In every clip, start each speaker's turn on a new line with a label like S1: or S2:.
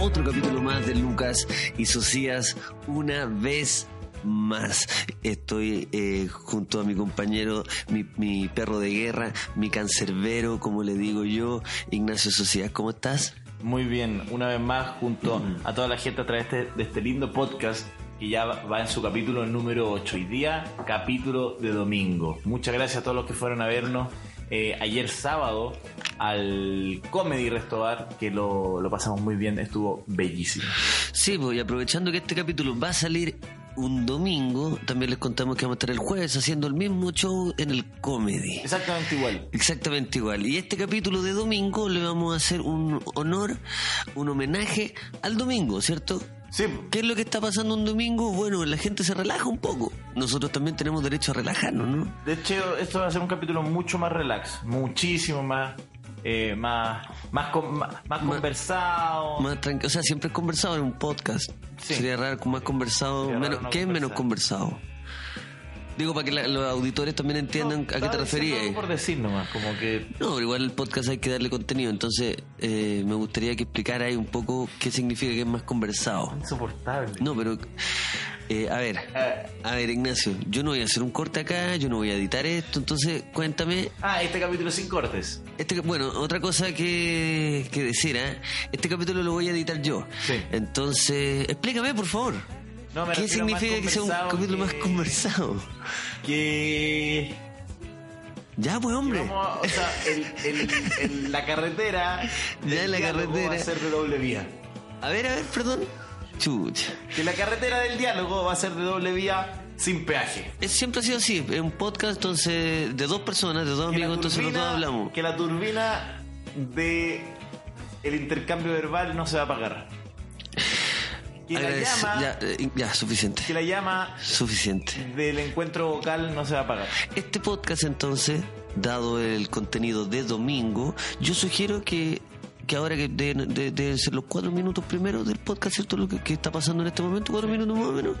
S1: Otro capítulo más de Lucas y Socias, una vez más. Estoy eh, junto a mi compañero, mi, mi perro de guerra, mi cancerbero, como le digo yo, Ignacio Socias. ¿Cómo estás?
S2: Muy bien, una vez más junto a toda la gente a través de este, de este lindo podcast que ya va en su capítulo número 8 y día, capítulo de domingo. Muchas gracias a todos los que fueron a vernos eh, ayer sábado al Comedy Restobar, que lo, lo pasamos muy bien, estuvo bellísimo.
S1: Sí, pues y aprovechando que este capítulo va a salir un domingo, también les contamos que vamos a estar el jueves haciendo el mismo show en el comedy.
S2: Exactamente igual.
S1: Exactamente igual. Y este capítulo de domingo le vamos a hacer un honor, un homenaje al domingo, ¿cierto?
S2: Sí,
S1: ¿Qué es lo que está pasando un domingo? Bueno, la gente se relaja un poco. Nosotros también tenemos derecho a relajarnos, ¿no?
S2: de hecho, esto va a ser un capítulo mucho más relax, muchísimo más, eh, más, más, con- más, más conversado.
S1: Más tranquilo. O sea, siempre es conversado en un podcast.
S2: Sí.
S1: Sería raro con más conversado.
S2: Sería raro
S1: Menos,
S2: no
S1: ¿Qué es menos conversado? Digo, para que la- los auditores también entiendan a qué
S2: Estaba
S1: te
S2: diciendo
S1: referías.
S2: algo por decir nomás, como que
S1: No, pero igual el podcast hay que darle contenido, entonces eh, me gustaría que explicara ahí un poco qué significa que es más conversado.
S2: insoportable.
S1: No, pero eh, a ver,
S2: Eh,
S1: a ver Ignacio, yo no voy a hacer un corte acá, yo no voy a editar esto, entonces cuéntame.
S2: Ah, este capítulo sin cortes.
S1: Este, bueno, otra cosa que, que decir, ¿eh? este capítulo lo voy a editar yo.
S2: Sí.
S1: Entonces, explícame por favor.
S2: No, me
S1: ¿Qué
S2: refiero más
S1: significa que sea un
S2: conversado
S1: capítulo más
S2: que-
S1: conversado?
S2: Que
S1: Ya, pues hombre.
S2: vamos, o sea, el- el- el- la carretera
S1: Ya
S2: del
S1: la
S2: diálogo va a
S1: carretera.
S2: ser de doble vía.
S1: A ver, a ver, perdón. Chucha.
S2: Que la carretera del diálogo va a ser de doble vía sin peaje.
S1: Es- siempre ha sido así, es un podcast entonces de dos personas, de dos
S2: Que la
S1: amigos, entonces los dos
S2: turbina-
S1: hablamos.
S2: Que la turbina de el intercambio verbal no se va a apagar. Que la
S1: Agradece-
S2: llama,
S1: ya, eh, ya, suficiente.
S2: que la llama
S1: Suficiente.
S2: del encuentro vocal no se va a apagar.
S1: Este podcast entonces, dado el contenido de domingo, yo sugiero que, que ahora que deben, de- deben ser los cuatro minutos primero del podcast, ¿cierto? Lo que, que está pasando en este momento, cuatro minutos más o menos,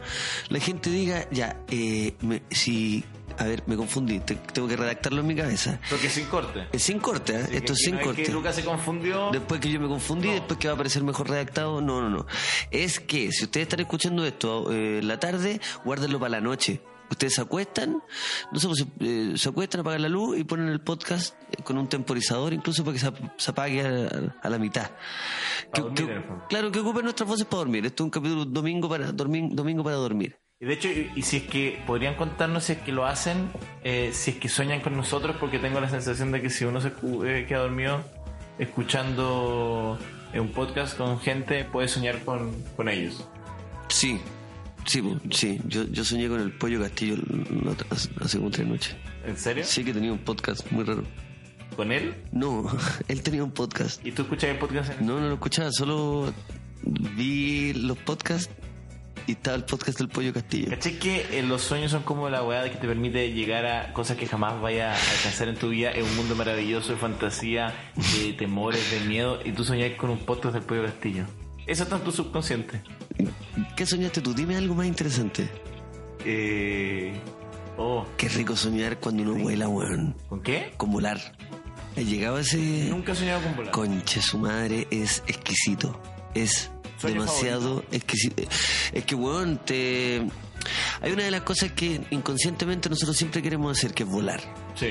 S1: la gente diga, ya, eh, me- si, a ver, me confundí, te- tengo que redactarlo en mi cabeza.
S2: Porque sin corte.
S1: Es sin corte, ¿eh?
S2: Así
S1: esto es
S2: que
S1: sin
S2: no
S1: corte.
S2: que Lucas se confundió.
S1: Después que yo me confundí,
S2: No.
S1: después que va a aparecer mejor redactado, no, no, no. Es que si ustedes están escuchando esto eh, en la tarde, guárdenlo para la noche. Ustedes se acuestan, no sé, pues, eh, se acuestan, apagan la luz y ponen el podcast eh, con un temporizador, incluso para que se, ap- se apague a, a la mitad. Que-
S2: dormir,
S1: que-
S2: en el fondo.
S1: claro, que ocupen nuestras voces para dormir. Esto es un capítulo domingo para dormir, domingo para dormir.
S2: Y de hecho, y, y si es que podrían contarnos si es que lo hacen, eh, si es que sueñan con nosotros, porque tengo la sensación de que si uno se cu- eh, queda dormido escuchando eh, un podcast con gente, puede soñar con, con ellos.
S1: Sí, sí, po, sí. Yo, yo soñé con el pollo castillo la otra- hace como tres noches.
S2: ¿En serio?
S1: Sí que tenía un podcast muy raro.
S2: ¿Con él?
S1: No, él tenía un podcast.
S2: ¿Y tú escuchas el podcast en
S1: No, no lo escuchaba, solo vi los podcasts y estaba el podcast del Pollo Castillo.
S2: ¿Caché que eh, los sueños son como la weá que te permite llegar a cosas que jamás vaya a alcanzar en tu vida? Es un mundo maravilloso de fantasía, de temores, de miedo, y tú soñás con un podcast del Pollo Castillo. Eso está en tu subconsciente.
S1: ¿Qué soñaste tú? Dime algo más interesante.
S2: Eh... Oh,
S1: Qué rico soñar cuando uno vuela, weón.
S2: ¿con qué?
S1: Con volar. He llegado a ese...
S2: Nunca he soñado con volar.
S1: Conche, su madre es exquisito. Es
S2: Sueño
S1: demasiado exquisito. Es que, weón, te... Hay una de las cosas que inconscientemente nosotros siempre queremos hacer, que es volar.
S2: Sí.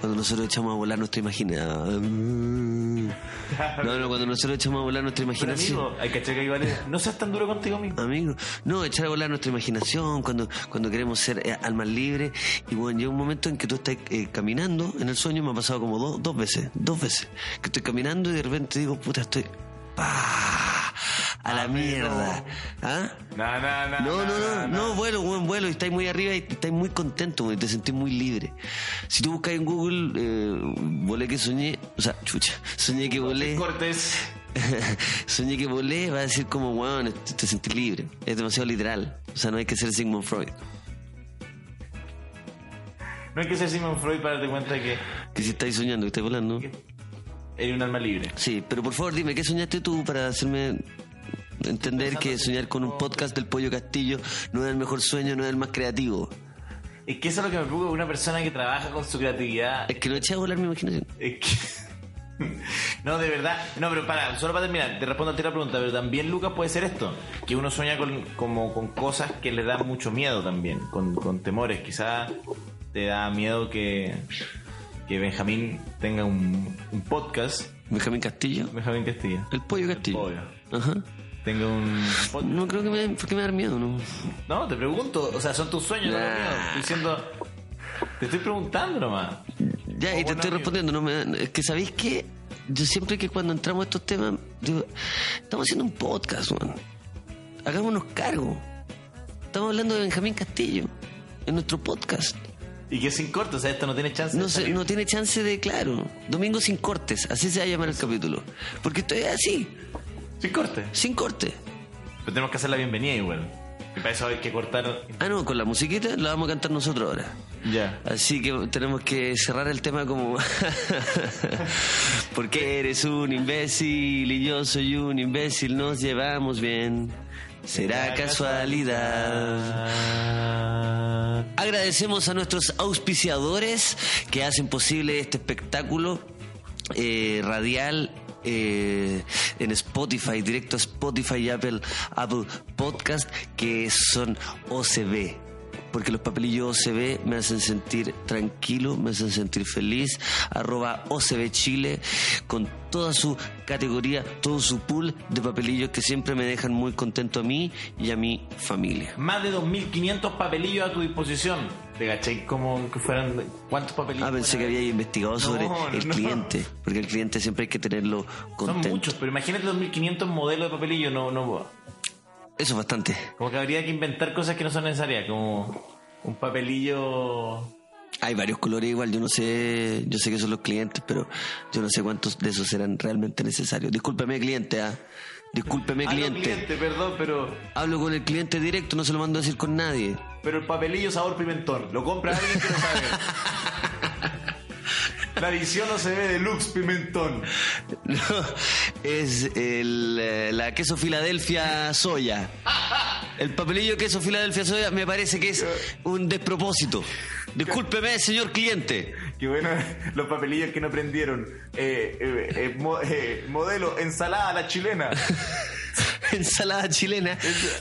S1: Cuando nosotros echamos a volar nuestra imaginación. No, no, cuando nosotros echamos a volar nuestra
S2: Pero
S1: imaginación.
S2: amigo, hay cachar que hay varios- No seas tan duro contigo mismo.
S1: Amigo, no, echar a volar nuestra imaginación cuando, cuando queremos ser eh, almas libres. Y bueno, llega un momento en que tú estás eh, caminando en el sueño, me ha pasado como do- dos veces, dos veces, que estoy caminando y de repente digo, puta, estoy pa, a la mierda. ¿Ah?
S2: No, no, no.
S1: No, no, no, no, vuelo, buen vuelo, y estáis muy arriba y estáis muy contento, güey, te sentís muy libre. Si tú buscas en Google, eh, volé que soñé, o sea, chucha, soñé que volé.
S2: Cortes.
S1: Soñé que volé, va a decir como, weón, te, te sentí libre. Es demasiado literal. O sea, no hay que ser Sigmund Freud.
S2: No hay que ser Simon Freud para darte cuenta que
S1: Que si estáis soñando, que estáis volando.
S2: eres un alma libre.
S1: Sí, pero por favor dime, ¿qué soñaste tú para hacerme entender que soñar con un podcast del Pollo Castillo no es el mejor sueño, no es el más creativo?
S2: Es que eso es lo que me preocupa de una persona que trabaja con su creatividad.
S1: Es que lo eché a volar mi imaginación.
S2: Es que- No, de verdad. No, pero para, solo para terminar, te respondo a ti la pregunta, pero también, Lucas, puede ser esto: que uno sueña con, como, con cosas que le dan mucho miedo también, con, con temores. Quizá te da miedo que, que Benjamín tenga un, un podcast.
S1: Benjamín Castillo.
S2: Benjamín Castillo.
S1: El pollo Castillo.
S2: Obvio.
S1: Ajá.
S2: Tenga un podcast.
S1: No creo que me, porque me da miedo, ¿no?
S2: No, te pregunto, o sea, son tus sueños, no,
S1: Nah.
S2: míos. Estoy diciendo. Te estoy preguntando nomás.
S1: Ya, y te
S2: Como buen
S1: estoy
S2: amigo.
S1: respondiendo, no me dan- es que sabéis que yo siempre que cuando entramos a estos temas, digo, estamos haciendo un podcast, man. Hagámonos cargo. Estamos hablando de Benjamín Castillo en nuestro podcast.
S2: Y que es sin corto, o sea, esto no tiene chance.
S1: No,
S2: de
S1: se-
S2: salir.
S1: no tiene chance de, claro, Domingo sin cortes, así se va a llamar el capítulo. Porque estoy así,
S2: Sin corte.
S1: sin corte.
S2: Pero tenemos que hacer la bienvenida igual. Y para eso hay que cortar.
S1: Ah, no, con la musiquita la vamos a cantar nosotros ahora.
S2: Ya.
S1: Así que tenemos que cerrar el tema como... Porque eres un imbécil y yo soy un imbécil, nos llevamos bien. Será casualidad.
S2: Ah,
S1: Agradecemos a nuestros auspiciadores que hacen posible este espectáculo eh, radial. eh, en Spotify, directo a Spotify y Apple, Apple Podcast, que son OCB. Porque los papelillos OCB me hacen sentir tranquilo, me hacen sentir feliz. Arroba OCB Chile, con toda su categoría, todo su pool de papelillos que siempre me dejan muy contento a mí y a mi familia.
S2: Más de 2.500 papelillos a tu disposición. ¿Te caché? Como que fueran. ¿Cuántos papelillos?
S1: Ah, pensé que había investigado sobre
S2: No,
S1: el
S2: no.
S1: cliente, porque el cliente siempre hay que tenerlo
S2: Son
S1: contento.
S2: muchos, pero imagínate 2.500 modelos de papelillos. No, no.
S1: Eso es bastante.
S2: Como que habría que inventar cosas que no son necesarias. Como un papelillo.
S1: Hay varios colores igual, yo no sé, yo sé que son los clientes, pero yo no sé cuántos de esos serán realmente necesarios. Discúlpeme cliente, ah. discúlpeme
S2: Ah, no,
S1: cliente.
S2: cliente, perdón, pero.
S1: Hablo con el cliente directo, no se lo mando a decir con nadie.
S2: Pero el papelillo sabor pimentón. Lo compra alguien que no sabe. La edición no se ve deluxe pimentón.
S1: No, es el, eh, la queso Filadelfia soya. El papelillo queso Filadelfia soya me parece que es un despropósito. Discúlpeme, señor cliente.
S2: Que bueno, los papelillos que no prendieron. Eh, eh, eh, mo- eh, modelo, ensalada a la chilena.
S1: ensalada chilena.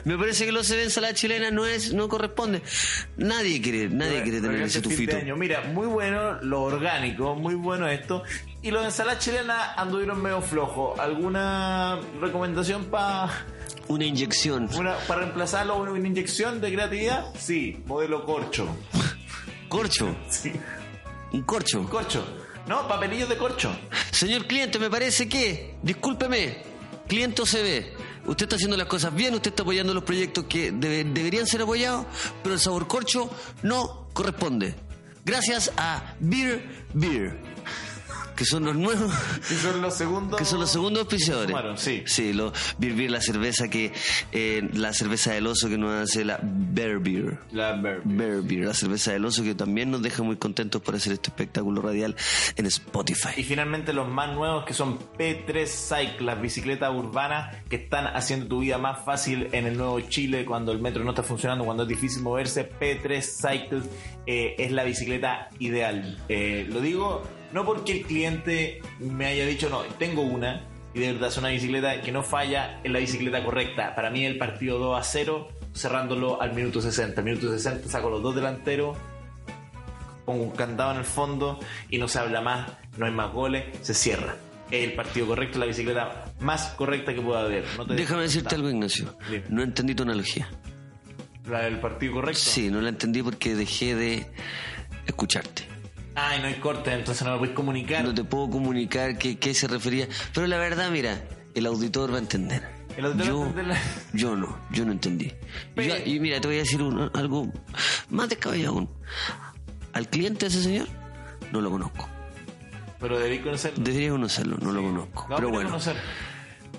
S1: Me parece que lo se ve ensalada chilena no es, no corresponde. Nadie quiere, nadie quiere tener
S2: Regalo
S1: ese
S2: de fin de
S1: tufito.
S2: año. Mira, muy bueno lo orgánico, muy bueno esto. Y los de ensalada chilena anduvieron medio flojos. ¿Alguna recomendación para
S1: Una inyección.
S2: para reemplazarlo? ¿Una una inyección de creatividad? Sí, modelo corcho.
S1: Corcho,
S2: Sí.
S1: un corcho.
S2: Corcho. No, papelillos de corcho.
S1: Señor cliente, me parece que, discúlpeme, cliente se ve. Usted está haciendo las cosas bien, usted está apoyando los proyectos que debe- deberían ser apoyados, pero el sabor corcho no corresponde. Gracias a Beer Beer, que son los nuevos
S2: Que son los segundos.
S1: Que son los segundos auspiciadores.
S2: Sumaron, sí.
S1: Sí, lo, Beer Beer, la cerveza que. eh, la cerveza del oso que nos hace la Bear Beer.
S2: La Barbie.
S1: Bear Beer, la cerveza del oso que también nos deja muy contentos por hacer este espectáculo radial en
S2: Y
S1: Spotify.
S2: finalmente los más nuevos que son P3 Cycle, las bicicletas urbanas que están haciendo tu vida más fácil en el nuevo Chile cuando el metro no está funcionando, cuando es difícil moverse. P3 Cycle eh, es la bicicleta ideal. Eh, lo digo no porque el cliente me haya dicho, no, tengo una y de verdad es una bicicleta que no falla, es la bicicleta correcta. Para mí el partido 2 a 0, cerrándolo al minuto 60. Minuto 60 saco los dos delanteros pongo un candado en el fondo y no se habla más, no hay más goles, se cierra. Es el partido correcto, la bicicleta más correcta que pueda haber. No te-
S1: Déjame decirte algo, Ignacio.
S2: Dime.
S1: No entendí tu analogía.
S2: ¿La del partido correcto?
S1: Sí, no la entendí porque dejé de escucharte.
S2: Ay, no hay corte, entonces no me puedes comunicar.
S1: No te puedo comunicar qué, qué se refería. Pero la verdad, mira, el auditor va a entender.
S2: El auditor
S1: yo,
S2: va a entender la- Pues-
S1: yo no, yo no entendí.
S2: Pero-
S1: Yo- y mira, te voy a decir un- algo más descabellado aún. Al cliente ese señor no lo conozco.
S2: Pero debí conocerlo.
S1: Debería conocerlo, no lo conozco.
S2: No,
S1: pero
S2: pero
S1: bueno,
S2: conocer.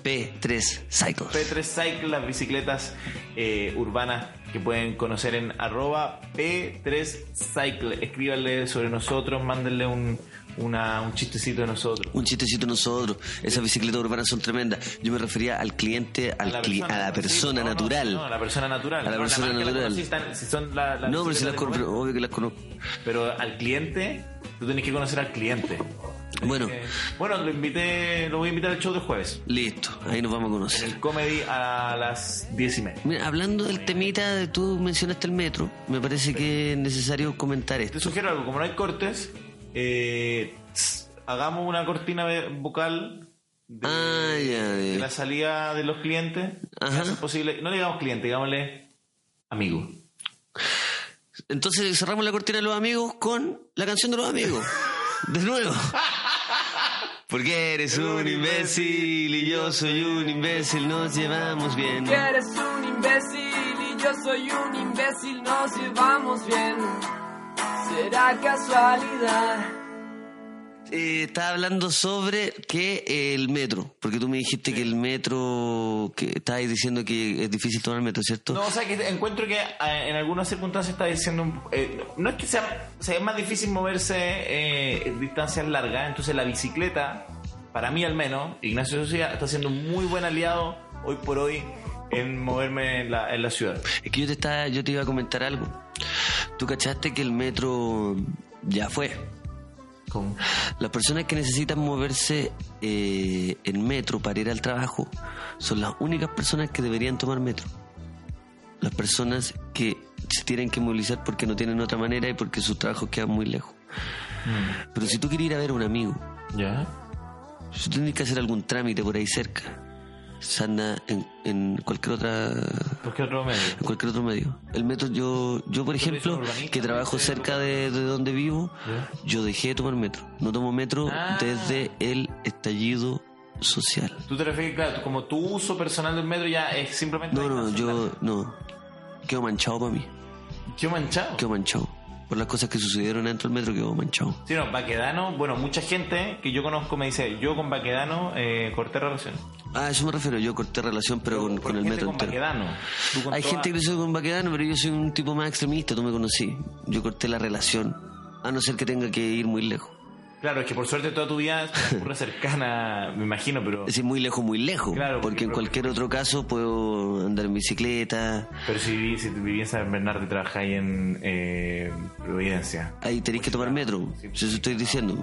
S1: P3 Cycles.
S2: P3 Cycle, las bicicletas eh, urbanas que pueden conocer en arroba P3 Cycle. Escríbanle sobre nosotros, mándenle un, una, un chistecito de nosotros.
S1: Un chistecito nosotros. Esas bicicletas urbanas son tremendas. Yo me refería al cliente, al cli- a la
S2: sí,
S1: persona
S2: no, no,
S1: natural.
S2: No, a la persona natural.
S1: A la
S2: No,
S1: persona
S2: marca
S1: natural.
S2: conocí, están- si son la- la
S1: No, pues, pero
S2: bicicleta
S1: si las
S2: de
S1: conozco,
S2: momento.
S1: obvio que las conozco.
S2: Pero al cliente, tú tenés que conocer al cliente.
S1: Bueno,
S2: Eh, bueno, lo invité, lo voy a invitar al show del jueves.
S1: listo, ahí nos vamos a conocer.
S2: El comedy a las diez y media.
S1: Mira, hablando del temita, de- tú mencionaste el metro, me parece que es necesario comentar
S2: Te
S1: esto.
S2: sugiero algo, como no hay cortes, eh, tss, hagamos una cortina ve- vocal de,
S1: Ah, ya,
S2: de
S1: ya.
S2: la salida de los clientes.
S1: Ajá.
S2: Eso es posible. No le digamos cliente, digámosle amigo.
S1: Entonces cerramos la cortina de los amigos con la canción de los amigos. De nuevo. Porque eres un imbécil y yo soy un imbécil, nos llevamos bien.
S3: Que eres un imbécil y yo soy un imbécil, nos llevamos bien. Será casualidad.
S1: Eh, estaba hablando sobre que eh, el metro, porque tú me dijiste que el metro, que estabas diciendo que es difícil tomar el metro, ¿cierto?
S2: No, o sea, que encuentro que eh, en algunas circunstancias está diciendo. un- eh, no es que sea. O sea, es más difícil moverse eh, en distancias largas. Entonces, la bicicleta, para mí al menos, Ignacio Socia está siendo un muy buen aliado hoy por hoy en moverme en la, en la ciudad.
S1: Es que yo te estaba, yo te iba a comentar algo. Tú cachaste que el metro ya fue. Las personas que necesitan moverse eh, en metro para ir al trabajo son las únicas personas que deberían tomar metro. Las personas que se tienen que movilizar porque no tienen otra manera y porque sus trabajos quedan muy lejos. Pero si tú quieres ir a ver a un amigo,
S2: Ya.
S1: si tú tienes que hacer algún trámite por ahí cerca, se anda en, en cualquier otra
S2: ¿Por qué otro medio?
S1: en cualquier otro medio. El metro, yo, yo por ejemplo,
S2: urbanista,
S1: que trabajo
S2: dice,
S1: cerca de, de donde vivo, yo dejé de tomar metro. No tomo metro
S2: Ah.
S1: desde el estallido social.
S2: Tú te refieres, claro, tú- como tu uso personal del metro ya es simplemente.
S1: No, no, yo no. Quedo manchado para mí.
S2: Oh. Yo manchado.
S1: Quedo manchado. Por las cosas que sucedieron dentro del metro, quedo manchado.
S2: Sí, no, Baquedano, bueno, mucha gente que yo conozco me dice, yo con Baquedano eh, corté relación.
S1: Ah, a eso me refiero. Yo corté relación, pero con, con el
S2: gente
S1: metro
S2: con
S1: entero.
S2: Baquedano. Tú con
S1: Hay
S2: toda-
S1: gente que hizo con Baquedano, pero yo soy un tipo más extremista. Tú me conocí. Yo corté la relación. A no ser que tenga que ir muy lejos.
S2: Claro, es que por suerte toda tu vida es una curva cercana, me imagino, pero...
S1: Es decir, muy lejos, muy lejos.
S2: Claro,
S1: porque
S2: porque-
S1: en cualquier otro caso puedo andar en bicicleta.
S2: Pero si viví, si viví en San Bernardo y trabajé ahí en eh, Providencia.
S1: Ahí tenéis que tomar metro.
S2: Sí.
S1: Eso estoy diciendo.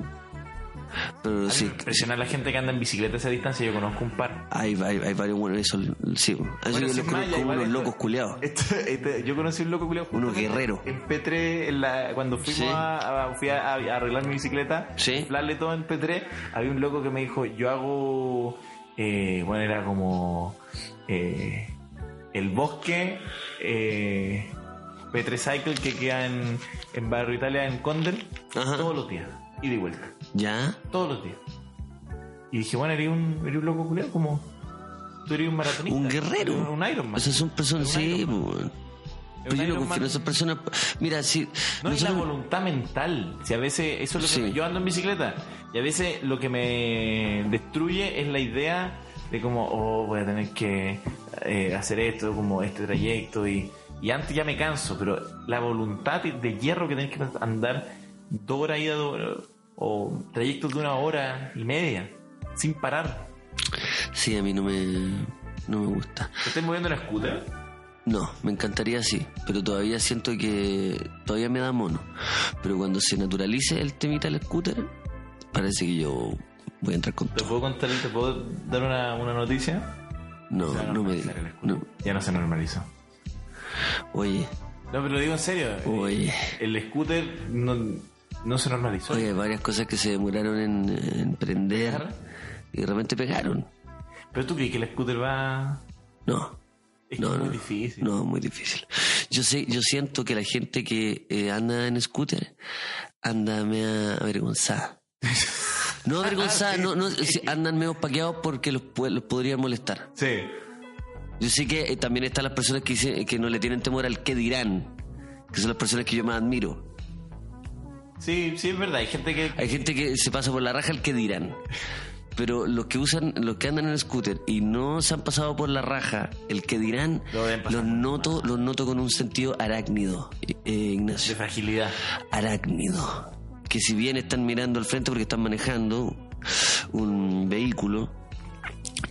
S1: Pero sí,
S2: Impresiona a la gente que anda en bicicleta a esa distancia, yo conozco un par.
S1: hay, hay, hay varios buenos. Eso, sí. Eso
S2: Bueno,
S1: yo
S2: sin
S1: los conozco
S2: malla,
S1: como
S2: igual
S1: unos
S2: esto-
S1: locos culeados.
S2: esto- este- yo conocí un loco culiao
S1: Uno guerrero.
S2: En Petre, en la- cuando fuimos
S1: Sí.
S2: a, a- fui a, a arreglar mi bicicleta,
S1: Sí.
S2: inflarle todo en Petre, había un loco que me dijo, yo hago, eh, bueno, era como eh, el bosque, eh, Petre Cycle que queda en, en Barrio Italia, en Condel,
S1: Ajá.
S2: todos los días, ida y vuelta,
S1: ¿Ya?
S2: todos los días. Y dije, bueno, eres un, eres un loco culiao, como... Tú eres un maratonista.
S1: Un guerrero.
S2: eres Un Iron
S1: Esas son personas,
S2: Es un
S1: sí.
S2: Ironman.
S1: pues,
S2: Es
S1: Pero yo
S2: un
S1: no
S2: Ironman.
S1: confío en esas personas. Mira, sí.
S2: No, es la
S1: nosotros-
S2: voluntad mental. Si a veces, eso es lo que
S1: Sí.
S2: yo ando en bicicleta. Y a veces lo que me destruye es la idea de como, oh, voy a tener que eh, hacer esto, como este trayecto. Y, y antes ya me canso, pero la voluntad de hierro que tenés que andar dos horas ida, dos horas- o trayectos de una hora y media, sin parar.
S1: Sí, a mí no me, no me gusta.
S2: ¿Te estás moviendo en scooter?
S1: No, me encantaría sí, pero todavía siento que todavía me da mono. Pero cuando se naturalice el temita del scooter, parece que yo voy a entrar con
S2: ¿Te
S1: todo.
S2: puedo contar, te puedo dar una, una noticia?
S1: No,
S2: Se va a
S1: no me
S2: normalizar
S1: digas.
S2: el scooter. Ya no se normalizó.
S1: Oye,
S2: No, pero lo digo en serio.
S1: oye,
S2: El scooter no, no se normalizó.
S1: oye, hay varias cosas que se demoraron en, en prender
S2: ¿Pegar?
S1: y de repente pegaron.
S2: Pero tú crees que el scooter va.
S1: No,
S2: Es que
S1: No,
S2: es muy
S1: no.
S2: difícil.
S1: no, muy difícil. Yo sé, yo siento que la gente que eh, anda en scooter anda media avergonzada. No avergonzada, no, no, sí, andan medio paqueados porque los, pu- los podrían molestar.
S2: Sí.
S1: Yo sé que eh, también están las personas que dicen eh, que no le tienen temor al qué dirán, que son las personas que yo más admiro.
S2: Sí, sí, es verdad. Hay gente que.
S1: Hay gente que se pasa por la raja el qué dirán. Pero los que usan, los que andan en scooter y no se han pasado por la raja, el que dirán,
S2: Lo deben pasar
S1: los noto, los noto con un sentido arácnido, eh,
S2: De
S1: Ignacio.
S2: fragilidad.
S1: Arácnido. que si bien están mirando al frente porque están manejando un vehículo,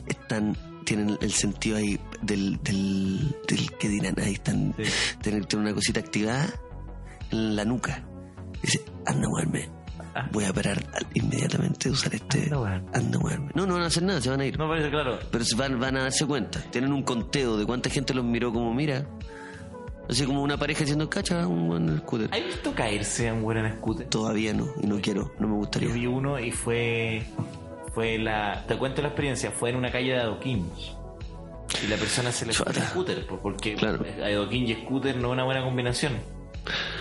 S1: están tienen el sentido ahí del, del, del que dirán, ahí están,
S2: Sí.
S1: tienen, tienen una cosita activada en la nuca. Dice, anda, muerme. Voy a parar al- inmediatamente de usar este.
S2: Ah. Anda, weón.
S1: Anda, weón. No, no van a hacer nada, se van a ir.
S2: No parece claro.
S1: Pero se van, van a darse cuenta. Tienen un conteo de cuánta gente los miró como mira. Así como una pareja haciendo cacha, un buen scooter.
S2: ¿Has visto caerse a un buen scooter?
S1: Todavía no, y no quiero, no me
S2: Yo
S1: gustaría.
S2: vi uno y fue. Fue la. Te cuento la experiencia, fue en una calle de adoquines. Y la persona se le fue el
S1: Chuta.
S2: scooter, po, porque
S1: Claro.
S2: adoquín y scooter no es una buena combinación.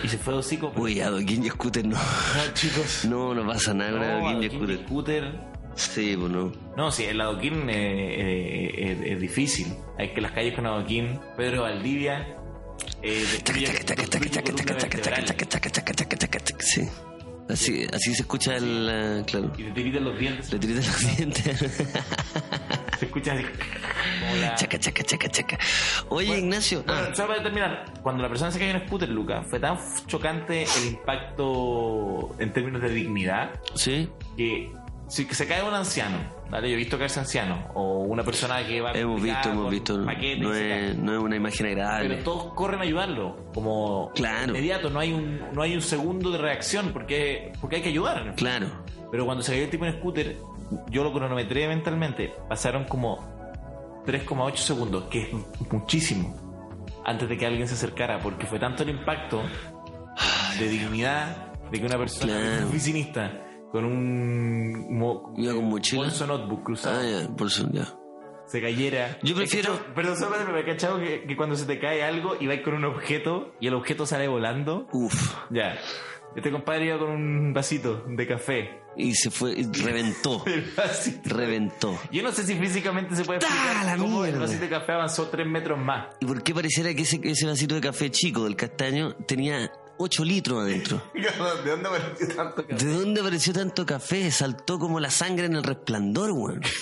S2: Y se fue a hocico. pero-
S1: Uy, adoquín y scooter no.
S2: No, chicos.
S1: No, no pasa nada con
S2: No,
S1: adoquín y
S2: adoquín y
S1: scooter.
S2: scooter.
S1: Sí, pues no.
S2: No, sí, el adoquín eh, eh, es, es difícil. Hay que las calles con adoquín, Pedro Valdivia. eh, destruye- destruye columna vertebral
S1: Sí. Así, así se escucha el. eh, Claro.
S2: Y te tiritan los dientes.
S1: Le tirita los dientes.
S2: Se escucha así. Como la...
S1: Chaca, chaca, chaca, chaca. Oye,
S2: Bueno,
S1: Ignacio.
S2: Bueno,
S1: ah,
S2: solo para terminar, cuando la persona se cayó en el scooter, Luca, fue tan f- chocante el impacto en términos de dignidad
S1: sí.
S2: que si que se cae un anciano, ¿vale? Yo he visto caerse anciano o una persona que va
S1: Hemos
S2: complicada
S1: visto, hemos
S2: con
S1: visto.
S2: paquete y
S1: No
S2: se cae.
S1: es, no es una imagen
S2: pero
S1: agradable.
S2: todos corren a ayudarlo, como
S1: Claro.
S2: inmediato, no hay un no hay un segundo de reacción porque porque hay que ayudar. en el
S1: Claro.
S2: pero cuando se cayó el tipo en scooter, yo lo cronometré mentalmente. Pasaron como 3,8 segundos, que es muchísimo, antes de que alguien se acercara, porque fue tanto el impacto de dignidad de que una persona
S1: Claro.
S2: oficinista con un mo-
S1: Iba con mochila.
S2: bolso notebook cruzado
S1: Ah, ya, por eso, ya.
S2: se cayera.
S1: Yo prefiero-
S2: Es que yo- perdón, solo me he cachado que, que cuando se te cae algo y vas con un objeto y el objeto sale volando.
S1: Uf.
S2: Ya. Este compadre iba con un vasito de café.
S1: Y se fue, y reventó.
S2: El vasito.
S1: reventó.
S2: Yo no sé si físicamente se puede
S1: ¡Ta,
S2: explicar
S1: la
S2: cómo el
S1: mierda!
S2: vasito de café avanzó tres metros más.
S1: ¿Y por qué pareciera que ese, ese vasito de café chico del castaño tenía 8 litros adentro?
S2: ¿De dónde apareció tanto
S1: ¿De dónde apareció tanto café? Saltó como la sangre en el resplandor, weón.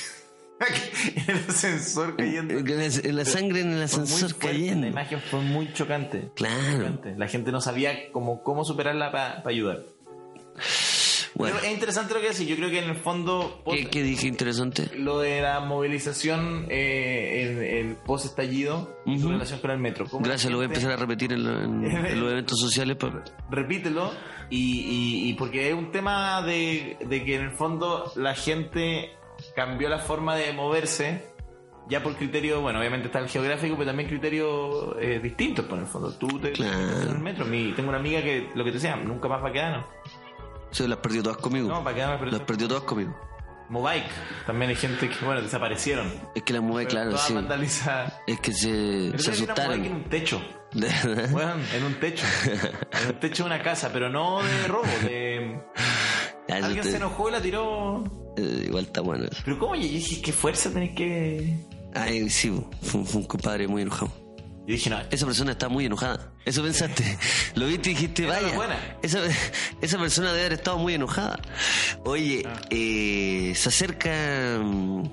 S2: El ascensor cayendo.
S1: Eh, La, la sangre en el
S2: Fue muy
S1: ascensor
S2: fuerte, La
S1: cayendo.
S2: imagen fue muy chocante.
S1: Claro.
S2: Chocante. La gente no sabía cómo, cómo superarla para ayudar.
S1: Bueno,
S2: Pero eh, es interesante lo que decís. Yo creo que en el fondo...
S1: ¿qué, qué dije interesante?
S2: Lo de la movilización eh, en el post estallido y su
S1: Ujú.
S2: relación con el metro. ¿Cómo
S1: Gracias, lo voy a
S2: la gente-
S1: empezar a repetir en, lo- en- en los eventos sociales. pa-
S2: repítelo y, y- y porque es un tema de, de que en el fondo la gente cambió la forma de moverse ya por criterio, bueno, obviamente está el geográfico, pero también criterios eh, distintos por el fondo. Tú te
S1: Claro.
S2: te quedas en el metro. Mi- tengo una amiga que lo que te decía, nunca más va a quedar.
S1: Se las perdió todas conmigo.
S2: No, va a
S1: Las perdió todas conmigo.
S2: Mobike, también hay gente que, bueno, desaparecieron.
S1: Es que la mueve, Eh,
S2: Pero
S1: claro,
S2: toda
S1: sí.
S2: vandalizada.
S1: Es que se,
S2: Pero
S1: se
S2: había una Mobike en
S1: asustaron.
S2: un techo. Bueno, en un techo. En un techo de una casa, pero no de robo. De...
S1: Ya, eso
S2: Alguien
S1: te-
S2: se enojó y la tiró.
S1: eh, igual está bueno. eso.
S2: Pero ¿cómo? Yo dije, ¿qué fuerza tenés que...?
S1: Ay, sí, fue un- fue un compadre muy enojado.
S2: Yo dije, no, este
S1: Esa persona está muy enojada. Eso pensaste. Lo viste y dijiste,
S2: Era la
S1: vaya.
S2: buena.
S1: Esa, esa persona debe haber estado muy enojada. Oye,
S2: Ah.
S1: eh, se acerca. mm,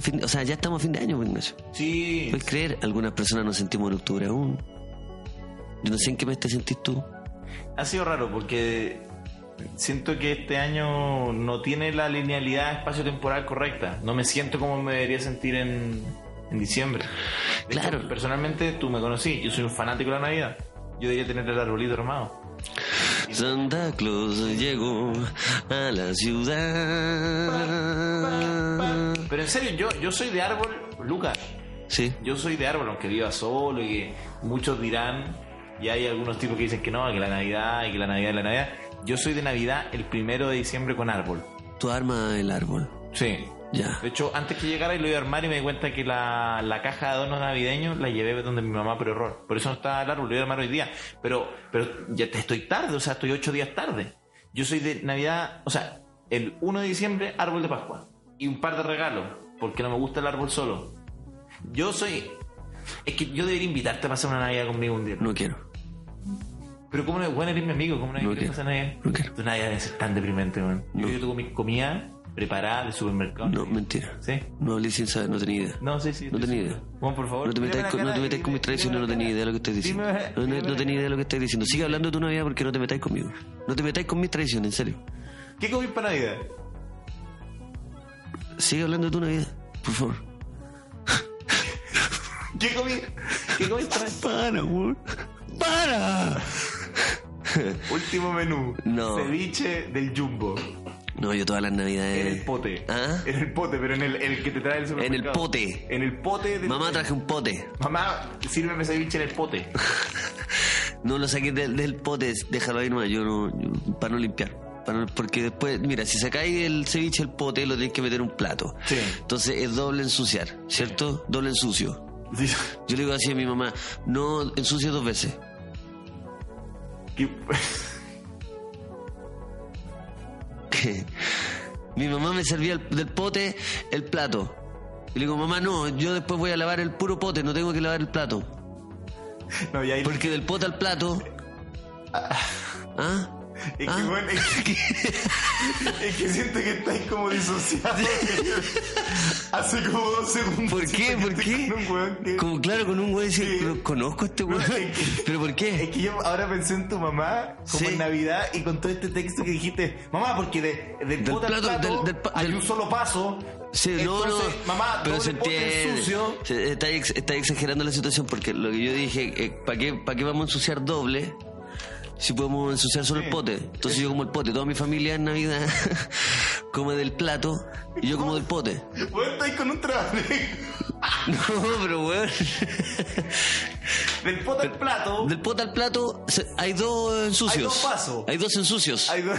S1: fin- o sea, ya estamos a fin de año, pues, Ignacio.
S2: sí,
S1: ¿Puedes creer? Algunas personas nos sentimos en octubre aún. Yo no sé en qué mes te sentís tú.
S2: ha sido raro porque siento que este año no tiene la linealidad espacio-temporal correcta. No me siento como me debería sentir en, en diciembre. De hecho,
S1: Claro.
S2: personalmente tú me conocí, yo soy un fanático de la Navidad. Yo debería tener el arbolito armado.
S1: Santa Claus llegó a la ciudad.
S2: Pero en serio, yo, yo soy de árbol, Lucas.
S1: Sí.
S2: Yo soy de árbol, aunque viva solo y que muchos dirán, y hay algunos tipos que dicen que no, que la Navidad, y que la Navidad, y la Navidad. Yo soy de Navidad el primero de diciembre con árbol.
S1: Tu arma el árbol.
S2: Sí.
S1: Ya.
S2: De hecho, antes que llegara y lo iba a armar y me di cuenta que la, la caja de adornos navideños la llevé donde mi mamá por error. Por eso no está el árbol, lo iba a armar hoy día. Pero, pero ya te- estoy tarde, o sea, estoy ocho días tarde. Yo soy de Navidad, o sea, el 1 de diciembre, árbol de Pascua. Y un par de regalos, porque no me gusta el árbol solo. Yo soy... Es que yo debería invitarte a pasar una Navidad conmigo un día.
S1: No quiero.
S2: Pero como no, bueno, eres mi amigo, como no
S1: No
S2: hay que
S1: quiero,
S2: pasar Navidad?
S1: no quiero.
S2: Tu Navidad debe ser tan deprimente, man. Yo
S1: No.
S2: Yo tuve mi comida preparada de supermercado.
S1: No, mentira.
S2: ¿Sí?
S1: No hablé sin saber, no tenía idea.
S2: No, sí, sí.
S1: No
S2: estoy
S1: tenía
S2: seguro.
S1: idea.
S2: Juan, por favor.
S1: No te
S2: mírame
S1: metáis
S2: la
S1: con, no
S2: cara
S1: te
S2: y
S1: metáis con mis
S2: dime-
S1: traiciones,
S2: dime
S1: no
S2: la
S1: tenía
S2: cara.
S1: idea de lo que estás diciendo.
S2: Dime la-
S1: No, no,
S2: dime
S1: no
S2: la
S1: tenía idea de lo que estás diciendo. Sigue hablando de tu Navidad porque no te metáis conmigo. No te metáis con mis traiciones, en serio.
S2: ¿Qué comí para Navidad?
S1: Sigue hablando de tu Navidad, por favor.
S2: ¿Qué comí? ¿Qué comí para Navidad?
S1: Para, weón. Para.
S2: Último menú.
S1: No.
S2: Ceviche del jumbo.
S1: No, yo todas las Navidades.
S2: En el pote.
S1: ¿Ah?
S2: En el pote, pero en el, el que te trae el supermercado.
S1: En el pote.
S2: En el pote de.
S1: Mamá traje un pote.
S2: Mamá, sírveme ceviche en el pote.
S1: No lo saques del, del pote, déjalo ahí nomás, yo no, para no limpiar. Para no- porque después, mira, si sacáis el ceviche del pote, lo tenéis que meter en un plato.
S2: Sí.
S1: Entonces es doble ensuciar, ¿cierto? Doble ensucio.
S2: Sí.
S1: Yo le digo así a mi mamá, no ensucio dos veces.
S2: ¿Qué-
S1: mi mamá me servía el- del pote el plato. Y le digo, mamá, no, yo después voy a lavar el puro pote, no tengo que lavar el plato.
S2: No, y ahí.
S1: Porque del pote al plato... ¿Ah?
S2: Es
S1: ¿Ah?
S2: que, bueno, es que, es que siento que estáis como disociado. Hace como dos segundos.
S1: ¿Por qué?
S2: siento que
S1: ¿Por
S2: estoy
S1: qué?
S2: con un weón que-
S1: Como claro, con un güey decir,
S2: Sí.
S1: pero conozco a este güey.
S2: es que-
S1: ¿Pero por
S2: Es
S1: qué?
S2: que yo ahora pensé en tu mamá, como
S1: Sí.
S2: en Navidad, y con todo este texto que dijiste, mamá, porque de, del,
S1: Del
S2: pote al
S1: plato,
S2: plato
S1: del- del pa-
S2: hay
S1: del-
S2: un solo paso.
S1: Sí, no, no.
S2: entonces, mamá,
S1: pero
S2: doble
S1: se
S2: pote
S1: entiende.
S2: sucio.
S1: Se- está, ex- está exagerando la situación porque lo que yo dije, ¿para qué, pa' qué vamos a ensuciar doble? Si podemos ensuciar solo el
S2: Sí.
S1: pote. Entonces yo como el pote. Toda mi familia en Navidad come del plato y yo como del pote.
S2: Vos estáis con un trabajo.
S1: No, pero weón.
S2: Del pote al plato
S1: Del pote al plato se- hay dos ensucios.
S2: Hay dos pasos.
S1: Hay dos ensucios.
S2: hay dos.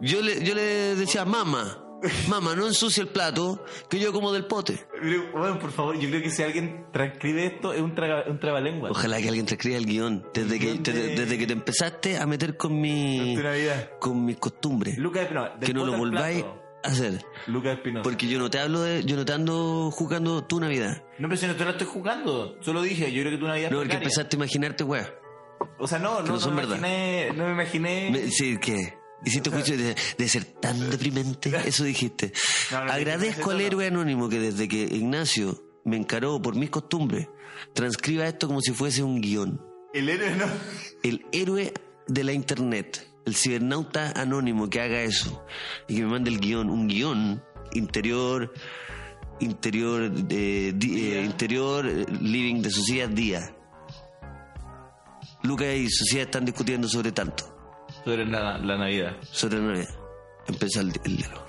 S1: Yo le, yo le decía, mamá, mamá, no ensucie el plato, que yo como del pote.
S2: Mire, Bueno, por favor, yo creo que si alguien transcribe esto, es un, traga- un trabalengua.
S1: Ojalá que alguien te escriba el guión, desde que,
S2: guión de-
S1: te- desde que te empezaste a meter con mi,
S2: Durante Navidad.
S1: con mis costumbres,
S2: Lucas Espinosa. del
S1: que no
S2: pote
S1: lo
S2: al
S1: volváis
S2: plato.
S1: a hacer.
S2: Lucas Espinosa.
S1: Porque yo no te hablo de, yo no te ando jugando tu Navidad.
S2: No, pero si no te la estoy jugando. Solo dije, yo creo que tú Navidad es
S1: No, porque
S2: precaria.
S1: empezaste a imaginarte, weón.
S2: O sea, no, no,
S1: no son
S2: no, me
S1: verdad.
S2: imaginé, no me imaginé.
S1: Me- Sí, que hiciste juicio de, de ser tan deprimente, eso dijiste.
S2: No, no, no,
S1: Agradezco
S2: no, no,
S1: al
S2: no.
S1: héroe anónimo que desde que Ignacio me encaró por mis costumbres, transcriba esto como si fuese un guión.
S2: El héroe no.
S1: el héroe de la internet, el cibernauta anónimo que haga eso y que me mande el guión, un guión interior, interior, eh, di- eh, interior, eh, living de sociedad día. Lucas y sociedad están discutiendo sobre tanto,
S2: Sobre la, la Navidad.
S1: sobre la Navidad. Empieza el, el diálogo.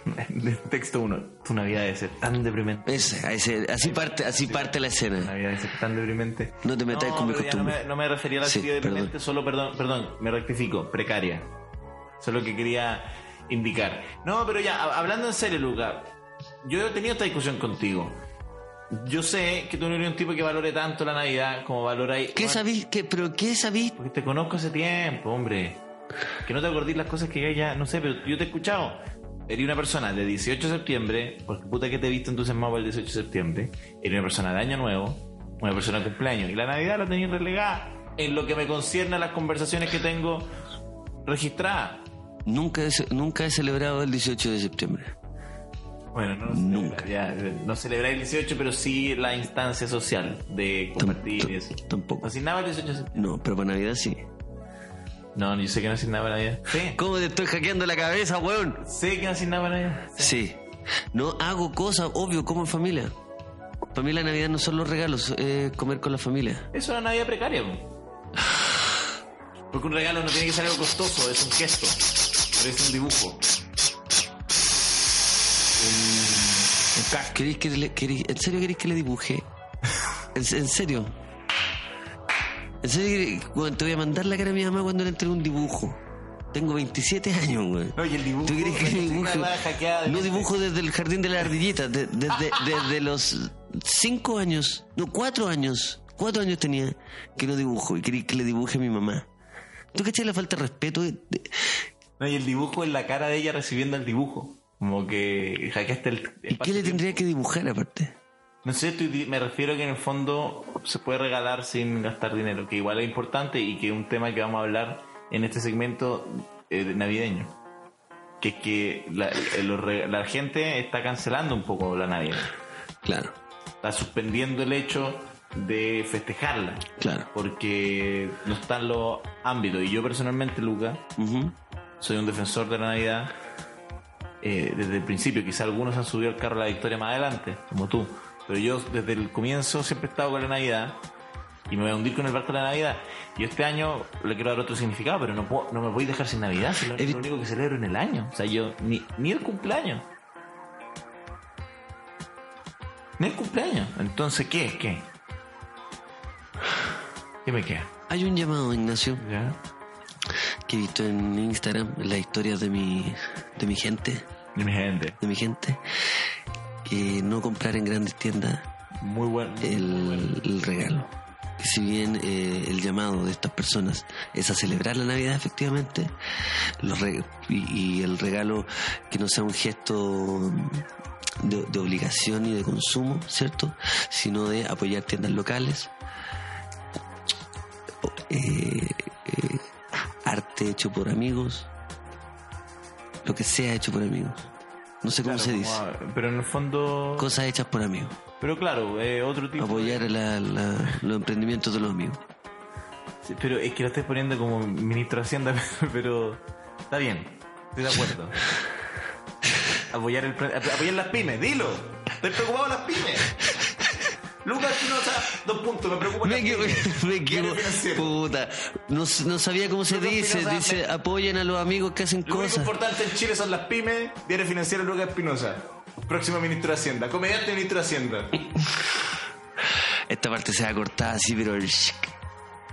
S2: Texto 1. Tu Navidad debe ser tan deprimente.
S1: Ese, a ese- así parte, así parte la
S2: Tu
S1: escena.
S2: Navidad debe ser tan deprimente.
S1: No te metas con mi
S2: pero ya no,
S1: costumbre.
S2: me, no me refería a la
S1: Sí,
S2: serie
S1: perdón.
S2: deprimente, solo, perdón, perdón, me rectifico, precaria. Eso es lo que quería indicar. No, pero ya, hab- hablando en serio, Luca, yo he tenido esta discusión contigo. Yo sé que tú no eres un tipo que valore tanto la Navidad como valora...
S1: ¿Qué
S2: Bueno,
S1: sabís? ¿Qué, ¿Pero qué sabís?
S2: Porque te conozco hace tiempo, hombre. Que no te acordís las cosas que ya, no sé, pero yo te he escuchado. Eres una persona de 18 de septiembre, porque puta que te he visto entusiasmado por el 18 de septiembre. Eres una persona de año nuevo, una persona de cumpleaños. Y la Navidad la tenías relegada en lo que me concierne a las conversaciones que tengo registradas.
S1: Nunca he, ce- nunca he celebrado el 18 de septiembre.
S2: Bueno, no,
S1: Nunca.
S2: ya, no celebrar el 18, pero sí la instancia social de
S1: Tam-
S2: compartir
S1: tam-
S2: y eso.
S1: Tampoco.
S2: No hacís nada el 18 de septiembre.
S1: No, pero para Navidad sí.
S2: No, yo sé que no hacís nada para Navidad. Sí.
S1: ¿Cómo te estoy hackeando la cabeza, weón?
S2: Sé que no hacís nada para Navidad.
S1: Sí. No hago cosas, obvio, como en familia. Para mí la Navidad no son los regalos, es comer con la familia.
S2: Es una Navidad precaria. po. Porque un regalo no tiene que ser algo costoso, es un gesto. Pero es un dibujo. Un, un casco.
S1: ¿Queréis que le, queréis- ¿En serio queréis que le dibuje? ¿En, en serio? ¿En serio? queréis- weón, te voy a mandar la cara a mi mamá cuando le entregue un dibujo. Tengo 27 años, weón.
S2: No, y el dibujo.
S1: ¿Tú crees que
S2: la
S1: dibujo?
S2: chica va hackeada de
S1: No
S2: gente.
S1: dibujo desde el jardín de las ardillitas, de- desde, desde los cinco años, no, cuatro años, cuatro años tenía que no dibujo y quería que le dibuje a mi mamá. ¿Tú cachai la falta de respeto? de- de-
S2: No, y el dibujo es la cara de ella recibiendo el dibujo. Como que hackeaste el.
S1: ¿Y
S2: el
S1: qué le
S2: pasatiempo.
S1: tendría que dibujar aparte?
S2: No sé, estoy di- me refiero que en el fondo se puede regalar sin gastar dinero, que igual es importante y que es un tema que vamos a hablar en este segmento eh, navideño. que es que la, los re- la gente está cancelando un poco la Navidad.
S1: Claro,
S2: Está suspendiendo el hecho de festejarla.
S1: claro.
S2: Porque no están los ámbitos. Y yo personalmente, Luca,
S1: Ujú.
S2: soy un defensor de la Navidad eh, desde el principio. Quizá algunos han subido al carro de la victoria más adelante, como tú. Pero yo desde el comienzo siempre he estado con la Navidad y me voy a hundir con el barco de la Navidad. Y este año le quiero dar otro significado, pero no, puedo- no me voy a dejar sin Navidad. si lo-
S1: Evi-
S2: es lo único que celebro en el año. O sea, yo ni, ni el cumpleaños. Ni el cumpleaños. Entonces, ¿qué? ¿Qué? ¿Qué me queda?
S1: Hay un llamado, Ignacio,
S2: ¿Ya?
S1: que he visto en Instagram, en las historias de mi, de mi gente,
S2: Y mi gente.
S1: de mi gente, que no comprar en grandes tiendas
S2: Muy buen.
S1: el, el regalo. Que si bien eh, el llamado de estas personas es a celebrar la Navidad efectivamente, los re- y, y el regalo que no sea un gesto de, de obligación y de consumo, ¿cierto? Sino de apoyar tiendas locales, o- eh, eh, arte hecho por amigos, lo que sea hecho por amigos. No sé cómo
S2: Claro,
S1: se
S2: como
S1: dice.
S2: a- pero en el fondo.
S1: Cosas hechas por amigos
S2: Pero claro, eh, otro tipo.
S1: apoyar la- la- los emprendimientos de los amigos.
S2: Sí, Pero es que lo estás poniendo como ministro de Hacienda, pero. Está bien, estoy de acuerdo. apoyar, el, pre- ap- apoyar las pymes, dilo. Estoy preocupado de las pymes. Lucas Chinosa, dos puntos, me preocupan
S1: Me
S2: las
S1: equivoqué,
S2: pymes.
S1: me equivo-
S2: Quiero financiero.
S1: puta. No, s- no sabía cómo se
S2: Lucas
S1: dice.
S2: Espinosa,
S1: Dice,
S2: me-
S1: apoyen a los amigos que hacen
S2: Lo único
S1: cosas.
S2: importante en Chile son las pymes, diario financiero Lucas Espinosa. Próximo ministro de Hacienda, comediante ministro de Hacienda.
S1: Esta parte se va a cortar así, pero el shic,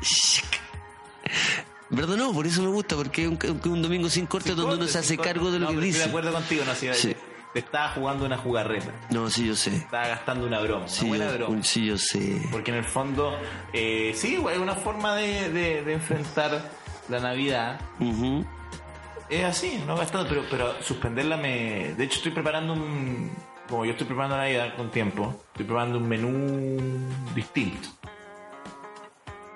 S1: shic. ¿Verdad? No, por eso me gusta, porque es un, un- un domingo sin corte donde uno se
S2: Corte,
S1: hace
S2: corte.
S1: cargo de lo
S2: No,
S1: que
S2: pero Estoy
S1: dice.
S2: de acuerdo contigo, no sí,
S1: Sí.
S2: Te estaba jugando una jugarreta.
S1: No, sí, yo sé.
S2: Estaba gastando una broma,
S1: Sí,
S2: una buena
S1: yo,
S2: broma.
S1: un- sí, yo sé.
S2: Porque en el fondo, eh, sí, güey, una forma de, de- de enfrentar la Navidad
S1: Ujú.
S2: es así, no gastando, pero, pero suspenderla me. De hecho, estoy preparando un. Como yo estoy preparando Navidad con tiempo, estoy preparando un menú distinto.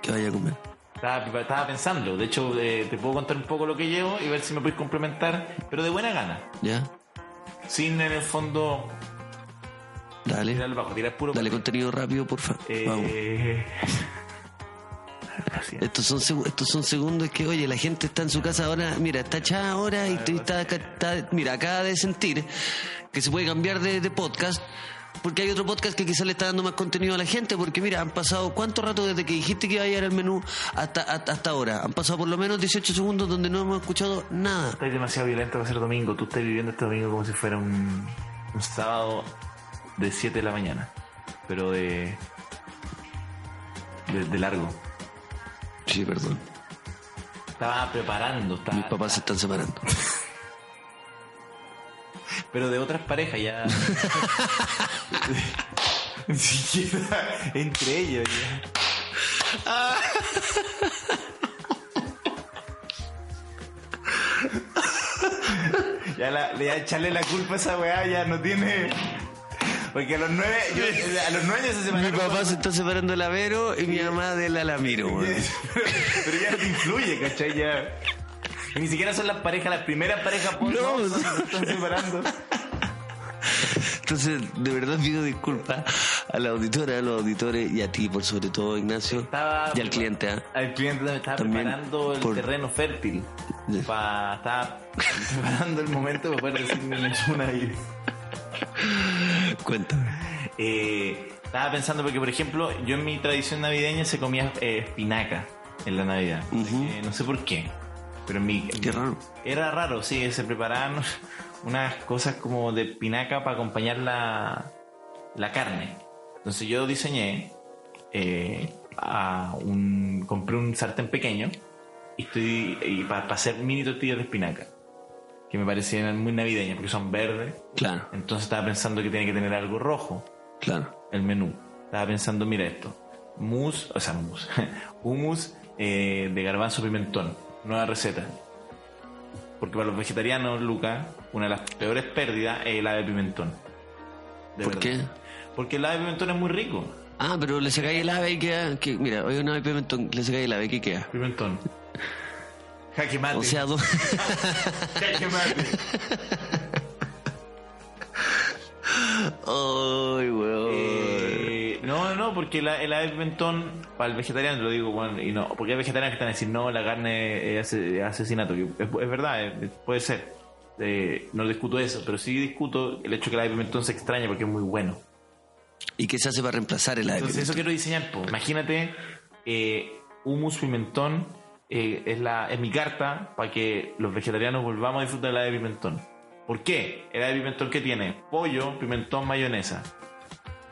S1: Que vaya a comer.
S2: Estaba, prepar- estaba pensando, de hecho, eh, te puedo contar un poco lo que llevo y ver si me puedes complementar, pero de buena gana.
S1: ¿Ya?
S2: Sin en el fondo
S1: Dale.
S2: tirar bajo, tirar puro.
S1: Dale contenido rápido, porfa. Vamos.
S2: Eh, así es.
S1: Estos son, segu- estos son segundos que, oye, la gente está en su casa ahora, mira, está echada ahora y tú- está, está- mira, acaba de sentir que se puede cambiar de, de podcast. Porque hay otro podcast que quizás le está dando más contenido a la gente, porque mira, han pasado cuánto rato desde que dijiste que iba a ir al menú hasta, hasta, hasta ahora. Han pasado por lo menos 18 segundos donde no hemos escuchado nada.
S2: Estáis demasiado violento para ser domingo. Tú estás viviendo este domingo como si fuera un, un sábado de 7 de la mañana. Pero de. de, de largo.
S1: Sí, perdón.
S2: Estaba preparando, estaba.
S1: Mis papás se están separando.
S2: Pero de otras parejas ya. Ni siquiera entre ellos ya. Ya, la, ya echarle la culpa a esa weá ya no tiene. Porque a los nueve, yo- a los nueve años se
S1: Mi
S2: separaron.
S1: papá se está separando del Avero y mi mamá del Alamiro, weón.
S2: Pero ya no te influye, ¿cachai? Ya. Y ni siquiera son las parejas, las primeras parejas porno
S1: No.
S2: no. se están separando.
S1: Entonces, de verdad pido disculpas a la auditora, a los auditores y a ti, por sobre todo, Ignacio,
S2: Estaba-
S1: y al cliente. ¿ah?
S2: Al cliente también estaba
S1: También
S2: preparando el
S1: por-
S2: terreno fértil.
S1: Ya.
S2: Pa, estaba preparando el momento para poder decirme una chuna ahí.
S1: Cuéntame.
S2: Eh, estaba pensando porque, por ejemplo, yo en mi tradición navideña se comía eh, espinaca en la Navidad.
S1: Ujú.
S2: Eh, no sé por qué. Pero en mi,
S1: Qué raro.
S2: era raro, sí, se preparaban unas cosas como de espinaca para acompañar la, la carne. Entonces yo diseñé, eh, a un, compré un sartén pequeño y, estoy- y para hacer mini tortillas de espinaca, que me parecían muy navideñas porque son verdes.
S1: Claro,
S2: Entonces estaba pensando que tiene que tener algo rojo
S1: claro.
S2: el menú. Estaba pensando, mira esto. Mousse, o sea, mousse. Hummus eh, de garbanzo pimentón. Nueva receta. Porque para los vegetarianos, Luca, una de las peores pérdidas es el ave pimentón. De
S1: ¿Por qué?
S2: verdad. Porque el ave pimentón es muy rico.
S1: Ah, pero le sacáis el ave y queda. Que, mira, hoy una vez pimentón, le sacáis el ave y queda.
S2: Pimentón. Jaque mate.
S1: O sea, do-
S2: Jaque mate.
S1: Ay, weón.
S2: Eh, no, no, porque la, el ave mentón, para el vegetariano, lo digo, bueno, y no, porque hay vegetarianos que están a decir, no, la carne es ase- asesinato, que es, es verdad, eh, puede ser. Eh, no discuto eso, pero sí discuto el hecho que el ave mentón se extraña porque es muy bueno.
S1: ¿Y qué se hace para reemplazar el aire?
S2: Entonces eso quiero diseñar. po. Imagínate eh, hummus pimentón eh, es la es mi carta para que los vegetarianos volvamos a disfrutar del de pimentón. ¿Por qué? El de pimentón que tiene pollo, pimentón, mayonesa.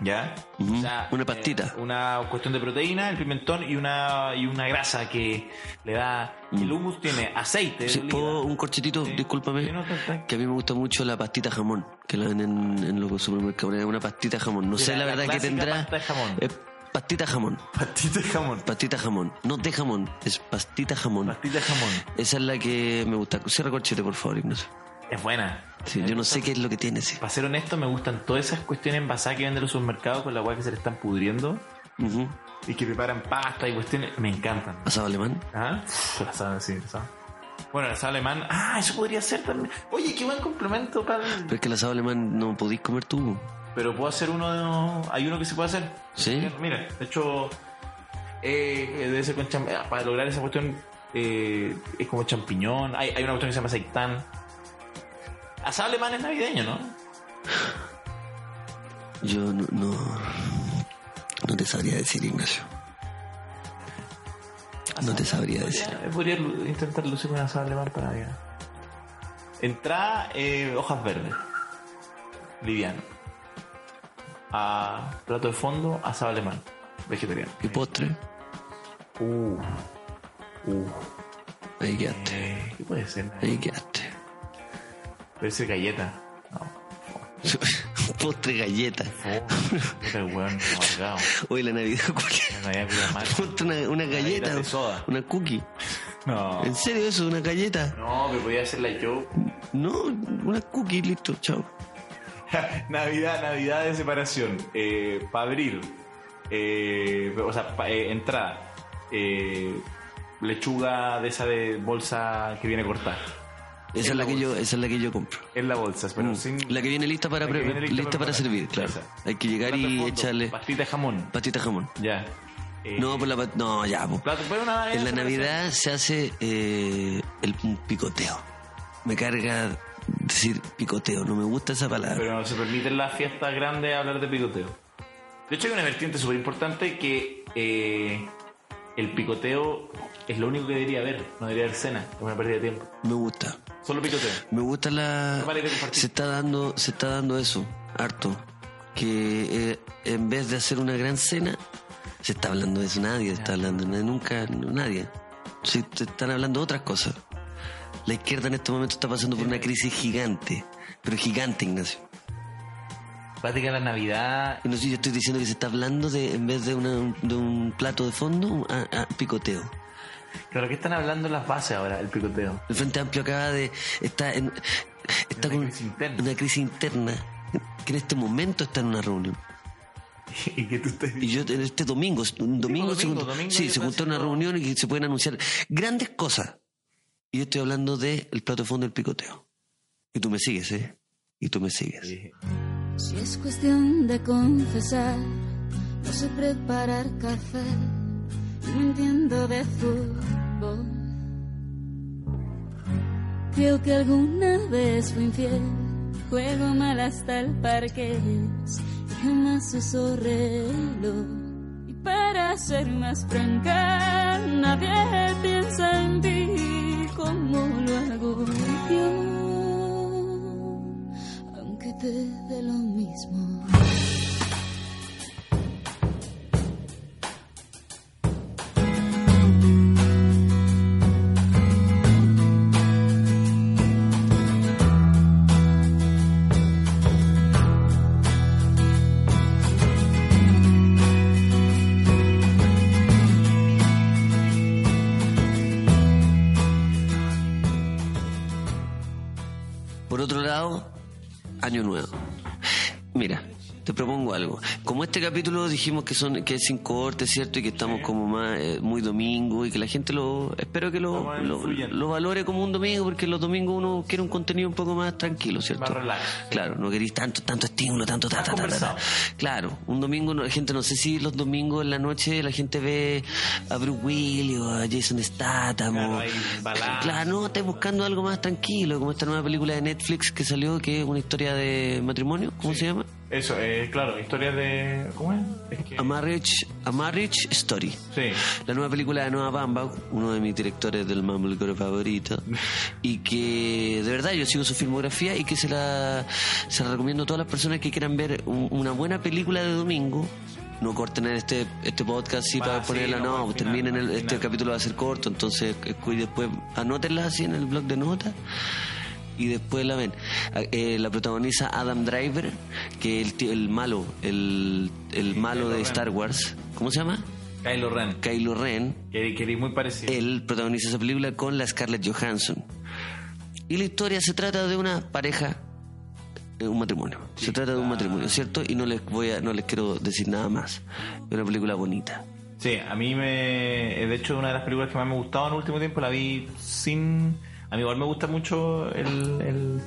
S2: ¿Ya?
S1: Ujú, una pastita.
S2: eh, una cuestión de proteína, el pimentón y una y una grasa que le da el hummus tiene aceite.
S1: Mm.
S2: de
S1: Sí,
S2: oliva.
S1: ¿puedo un corchetito?
S2: eh, Sí.
S1: Discúlpame.
S2: Sí, no, está- está.
S1: Que a mí me gusta mucho la pastita jamón, que la venden en los supermercados. Es Una pastita jamón. No sé
S2: La-
S1: la,
S2: la
S1: verdad que
S2: clásica
S1: tendrá.
S2: pasta de jamón.
S1: Es pastita jamón.
S2: Pastita de jamón.
S1: Pastita jamón. No de jamón, es pastita jamón.
S2: Pastita de jamón.
S1: Esa es la que me gusta. Cierra corchete, por favor, Ignacio.
S2: Es buena.
S1: Sí, yo no sé qué es lo que tiene, sí.
S2: Para ser honesto, me gustan todas esas cuestiones envasadas que venden los supermercados con la weá que se le están pudriendo
S1: Ujú.
S2: y que preparan pasta y cuestiones. Me encantan.
S1: Asado alemán.
S2: ¿Ah? La sal, sí, la sal. Bueno, el asado alemán. Ah, eso podría ser también. Oye, qué buen complemento para. el-
S1: Pero es que el asado alemán no podís comer tú.
S2: Pero puedo hacer uno. Hay uno que se puede hacer.
S1: ¿Sí?
S2: Mira, de hecho, eh, debe ser con cham- Para lograr esa cuestión, eh, es como champiñón. Hay, hay una cuestión que se llama seitán. Asado alemán es navideño, ¿no?
S1: Yo no, no. No te sabría decir, Ignacio. No te sabría decir.
S2: Podría, podría lu- intentar lucir una sal alemán para allá. Entrada, eh, hojas verdes. Liviano. A plato de fondo, asado alemán. Vegetariano.
S1: Y postre.
S2: Uh. Uh.
S1: Ahí quedaste.
S2: Eh, ¿Qué puede ser?
S1: Ahí quedaste.
S2: Puede ser galleta. No.
S1: postre galleta.
S2: Oh, Puta el weón, amargado.
S1: Hoy la Navidad,
S2: La
S1: culiao.
S2: Navidad pura madre.
S1: Ponte una, una galleta.
S2: de soda.
S1: Una cookie.
S2: No.
S1: ¿En serio eso? ¿Una galleta?
S2: No, pero podía hacerla yo.
S1: No, una cookie, listo, chao.
S2: Navidad, Navidad de separación. para abrir, eh, o sea, pa- eh, entrada, eh, lechuga de esa de bolsa que viene cortada.
S1: Esa es la que yo, esa es la que yo compro.
S2: Es la bolsa, pero
S1: Mm.
S2: sin.
S1: La que viene lista para,
S2: la que
S1: pre-
S2: viene
S1: lista para,
S2: preparar.
S1: servir, claro.
S2: Esa.
S1: Hay que llegar
S2: Plato de
S1: y
S2: fondo,
S1: echarle
S2: Pastita de jamón.
S1: patita de jamón.
S2: Ya. Eh,
S1: No, por la pat- no, ya. po.
S2: plato- pero una Navidad
S1: En la
S2: de separación.
S1: Navidad se hace eh, el un picoteo. Me carga decir picoteo, no me gusta esa palabra.
S2: Pero no se permite en las fiestas grandes hablar de picoteo. De hecho, hay una vertiente súper importante que eh, el picoteo es lo único que debería haber. No debería haber cena, es una pérdida de tiempo.
S1: Me gusta.
S2: Solo picoteo.
S1: Me gusta la.
S2: Vale, que compartir.
S1: Se está dando, se está dando eso, harto. Que eh, en vez de hacer una gran cena, se está hablando de eso. Nadie está hablando, na- nunca, no, nadie. Se, se están hablando otras cosas. La izquierda en este momento está pasando por una crisis gigante, pero gigante, Ignacio.
S2: Práctica la Navidad.
S1: Y No sé, yo estoy diciendo que se está hablando de, en vez de, una- de un plato de fondo, un a- a- picoteo.
S2: Claro, ¿qué están hablando las bases ahora? El picoteo.
S1: El Frente Amplio acaba de. está en. está
S2: Una
S1: con
S2: crisis interna.
S1: una crisis interna que en este momento está en una reunión.
S2: ¿Y que tú estás pues,
S1: Y yo en este domingo, un domingo, se
S2: domingo,
S1: juntó-
S2: domingo
S1: sí,
S2: ya
S1: se
S2: está
S1: juntó en una
S2: haciendo-
S1: reunión y se pueden anunciar grandes cosas. Y yo estoy hablando del el plato de fondo del picoteo. Y tú me sigues, ¿eh? Y tú me sigues.
S4: Si es cuestión de confesar, no sé preparar café, no entiendo de fútbol. Creo que alguna vez fui infiel, juego mal hasta el parque, jamás uso reloj. Y para ser más franca, nadie piensa en ti como lo hago yo aunque te dé lo mismo.
S1: Por otro lado, Año Nuevo. Mira, te propongo algo. Como este capítulo dijimos que son que es sin corte, ¿cierto? Y que estamos como más eh, muy domingo y que la gente lo espero que lo,
S2: Estamos
S1: lo,
S2: influyendo.
S1: lo valore como un domingo porque los domingos uno quiere un contenido un poco más tranquilo, ¿cierto?
S2: Más relax.
S1: Claro, no querís tanto tanto estímulo, tanto ta, ta, ta, ta, ta.
S2: conversado.
S1: Claro, un domingo no- la gente no sé si los domingos en la noche la gente ve a Bruce Willis o a Jason Statham
S2: Claro,
S1: o-
S2: hay balazos.
S1: Claro, no, estás buscando algo más tranquilo, como esta nueva película de Netflix que salió, que es una historia de matrimonio, ¿cómo se llama?
S2: Eso, eh, claro, historias de. ¿Cómo es? Es que.
S1: A Marriage, A Marriage Story.
S2: Sí.
S1: La nueva película de Noah Bamba, uno de mis directores del Mumblecore favorito, y que de verdad yo sigo su filmografía y que se la, se la recomiendo a todas las personas que quieran ver un- una buena película de domingo. No corten este, este podcast sí,
S2: Va,
S1: para
S2: sí,
S1: ponerla,
S2: no,
S1: no,
S2: al final,
S1: terminen el-
S2: al
S1: este
S2: final.
S1: capítulo va a ser corto, entonces eh, y después anótenla así en el blog de notas y después la ven. Ah, eh, la protagoniza Adam Driver, que es el, tío- el malo, el, el malo de
S2: Ren.
S1: Star Wars. ¿Cómo se llama?
S2: Kylo Ren.
S1: Kylo Ren,
S2: Que, que es muy parecido.
S1: él protagoniza esa película con la Scarlett Johansson. Y la historia se trata de una pareja, eh, un matrimonio. Se trata de un matrimonio, ¿cierto? Y no les voy a, no les quiero decir nada más. Es una película bonita.
S2: Sí, a mí me. eh, De hecho, una de las películas que más me gustaba en el último tiempo la vi sin. A mí igual me gusta mucho el, el,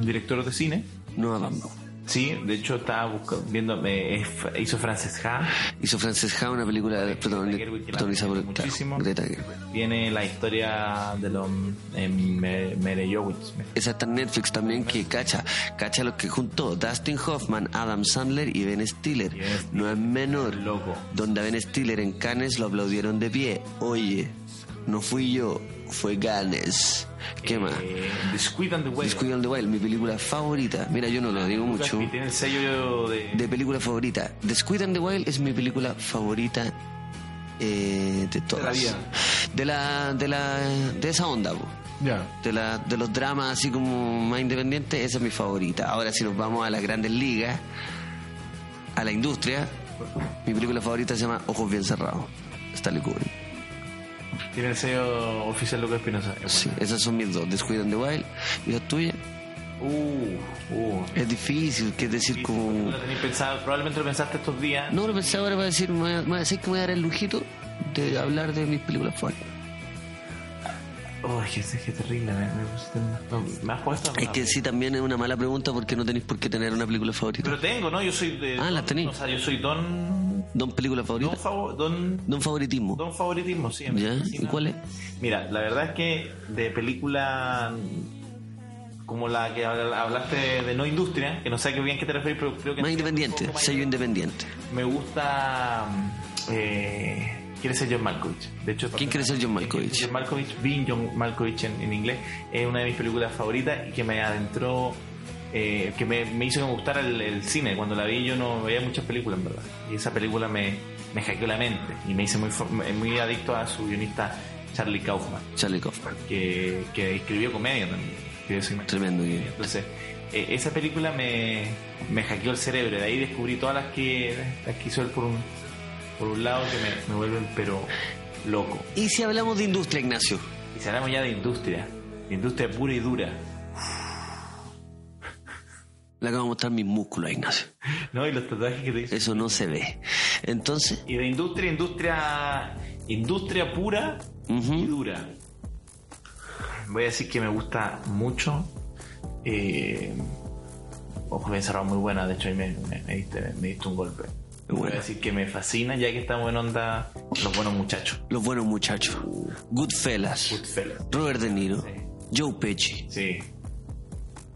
S2: el director de cine.
S1: No Bamba.
S2: Sí, de hecho estaba buscando, viendo, eh, es- hizo Frances Ha,
S1: Hizo Frances Ha una película protagoni-
S2: Gerwig, que la
S1: protagonizada por
S2: recomiendo
S1: claro,
S2: muchísimo.
S1: Greta Gerwig.
S2: tiene la historia de los eh, Mere- Merejowitz.
S1: Esa está en Netflix también que cacha, cacha los que juntó Dustin Hoffman, Adam Sandler y Ben Stiller.
S2: Y Ben Stiller.
S1: No es menor.
S2: Loco.
S1: Donde a Ben Stiller en Cannes lo aplaudieron de pie. Oye, no fui yo, fue Cannes. ¿Qué más?
S2: Eh, the Squid and the Whale.
S1: Squid on the Wild, mi película favorita. Mira, yo no lo digo mucho.
S2: Y tiene el sello de...
S1: De película favorita. The Squid and the Wild es mi película favorita eh, de todas.
S2: vida.
S1: De la, de la, de esa onda, po de, la- de los dramas así como más independientes, esa es mi favorita. Ahora si nos vamos a las grandes ligas, a la industria, mi película favorita se llama Ojos bien cerrados, Stanley Kubrick.
S2: Tiene el sello oficial Lucas Espinosa. Eh,
S1: Sí, esas son mis dos, Descuidan de Wild y la tuya.
S2: Uh, uh.
S1: Es difícil, que es decir, como...
S2: No lo tenías pensado, probablemente lo pensaste estos días.
S1: No lo pensaba ahora para decir, me voy a- me voy a decir que me voy a dar el lujito de hablar de mis películas favoritas.
S2: Oh, es que es que es terrible, me, me pusiste en- no, me has puesto...
S1: Es que sí, también es una mala pregunta porque no tenéis por qué tener una película favorita.
S2: Pero tengo, ¿no? Yo soy de...
S1: Ah, las tení.
S2: O sea, yo soy don...
S1: Don película
S2: Don,
S1: favorita,
S2: favor, don,
S1: don favoritismo.
S2: don favoritismo, sí. en
S1: ¿Ya?
S2: mi
S1: ¿Y
S2: oficina.
S1: cuál es?
S2: Mira, la verdad es que de película mm, como la que habl- hablaste de no industria, que no sé qué bien qué te referís, pero creo que...
S1: Más
S2: entiendo un
S1: independiente,
S2: poco más
S1: sello independiente.
S2: Me gusta. mm, Eh, quiere ser John Malkovich. De hecho,
S1: ¿Quién quiere ser John Malkovich?
S2: John Malkovich, Being John Malkovich en, en inglés, es una de mis películas favoritas y que me adentró. eh, que me, me hizo que me gustara el, el cine. Cuando la vi, yo no veía muchas películas, en verdad. Y esa película me, me hackeó la mente y me hice muy, fa- muy adicto a su guionista Charlie Kaufman,
S1: Charlie Kaufman.
S2: que, que escribió comedia también. que es-
S1: Tremendo guion.
S2: entonces, eh, esa película me, me hackeó el cerebro. De ahí descubrí todas las que, las que hizo él por un, por un lado que me, me vuelven, pero loco.
S1: ¿Y si hablamos de industria, Ignacio?
S2: Y si hablamos ya de industria, de industria pura y dura.
S1: Le acabo de mostrar mis músculos a Ignacio.
S2: ¿No? Y los tatuajes que te hizo.
S1: Eso no se ve. Entonces,
S2: Y de industria, industria, industria pura y
S1: ujú,
S2: dura. Voy a decir que me gusta mucho. Eh, Ojo bien cerrado, muy buena. De hecho, ahí me, me- me diste, me diste un golpe. Voy
S1: buena.
S2: a decir que me fascina, ya que estamos en onda los buenos muchachos.
S1: los buenos muchachos. Goodfellas.
S2: Goodfellas.
S1: Robert De Niro.
S2: Sí.
S1: Joe Pesci.
S2: Sí.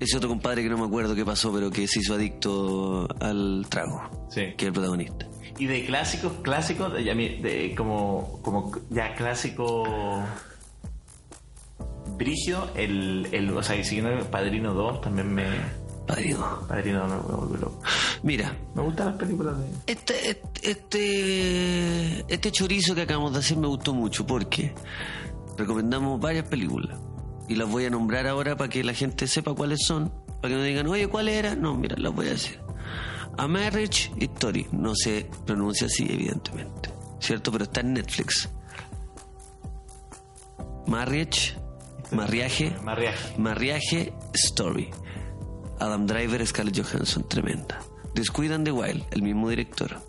S1: Ese otro compadre que no me acuerdo qué pasó, pero que se hizo adicto al trago.
S2: Sí.
S1: Que es el protagonista.
S2: Y de clásicos, clásicos, de- ya mi- de- como, como ya clásico brígido, el, el, o sea, y siguiendo el Padrino 2 también me...
S1: Padrino.
S2: Padrino 2 me, me vuelve loco.
S1: Mira,
S2: Me gustan las películas de...
S1: Este, este, este, este chorizo que acabamos de hacer me gustó mucho porque recomendamos varias películas y las voy a nombrar ahora para que la gente sepa cuáles son, para que no digan, oye, ¿cuál era? No, mira, las voy a decir. A Marriage Story, no se pronuncia así, evidentemente, ¿cierto? Pero está en Netflix. Marriage, Marriaje,
S2: Marriaje.
S1: Marriage Story. Adam Driver, Scarlett Johansson, tremenda. Squid and the Wild, el mismo director.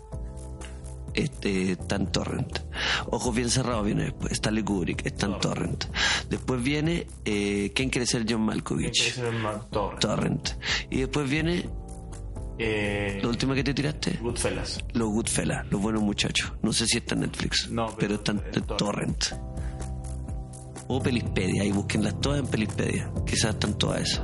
S1: Este, Stan Torrent. Ojos bien cerrados viene después. Stanley Kubrick, Stan Torrent. Después viene eh, ¿Quién quiere ser John
S2: ¿Quién quiere
S1: Malkovich?
S2: ser el ma- Torre?
S1: Torrent. Y después viene
S2: Eh,
S1: la última que te tiraste.
S2: Goodfellas.
S1: Los Goodfellas, los buenos muchachos. No sé si está en Netflix,
S2: No,
S1: pero,
S2: pero
S1: está en
S2: en
S1: en Torrent. O Pelispedia, y búsquenlas todas en Pelispedia. Quizás están todas esas.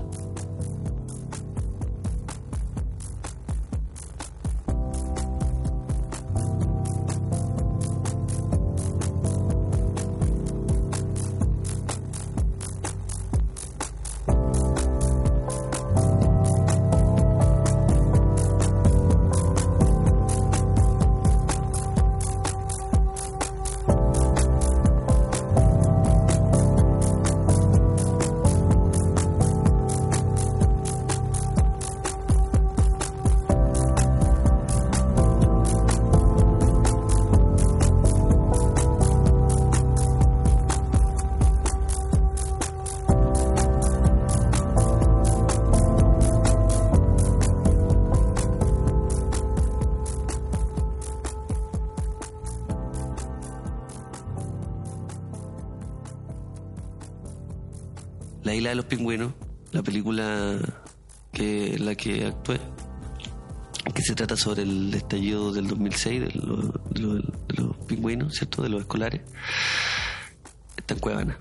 S1: La isla de los pingüinos, la película que la que actué, que se trata sobre el estallido del 2006 de, lo- de lo- de los pingüinos, ¿cierto? De los escolares. Está en Cuevana.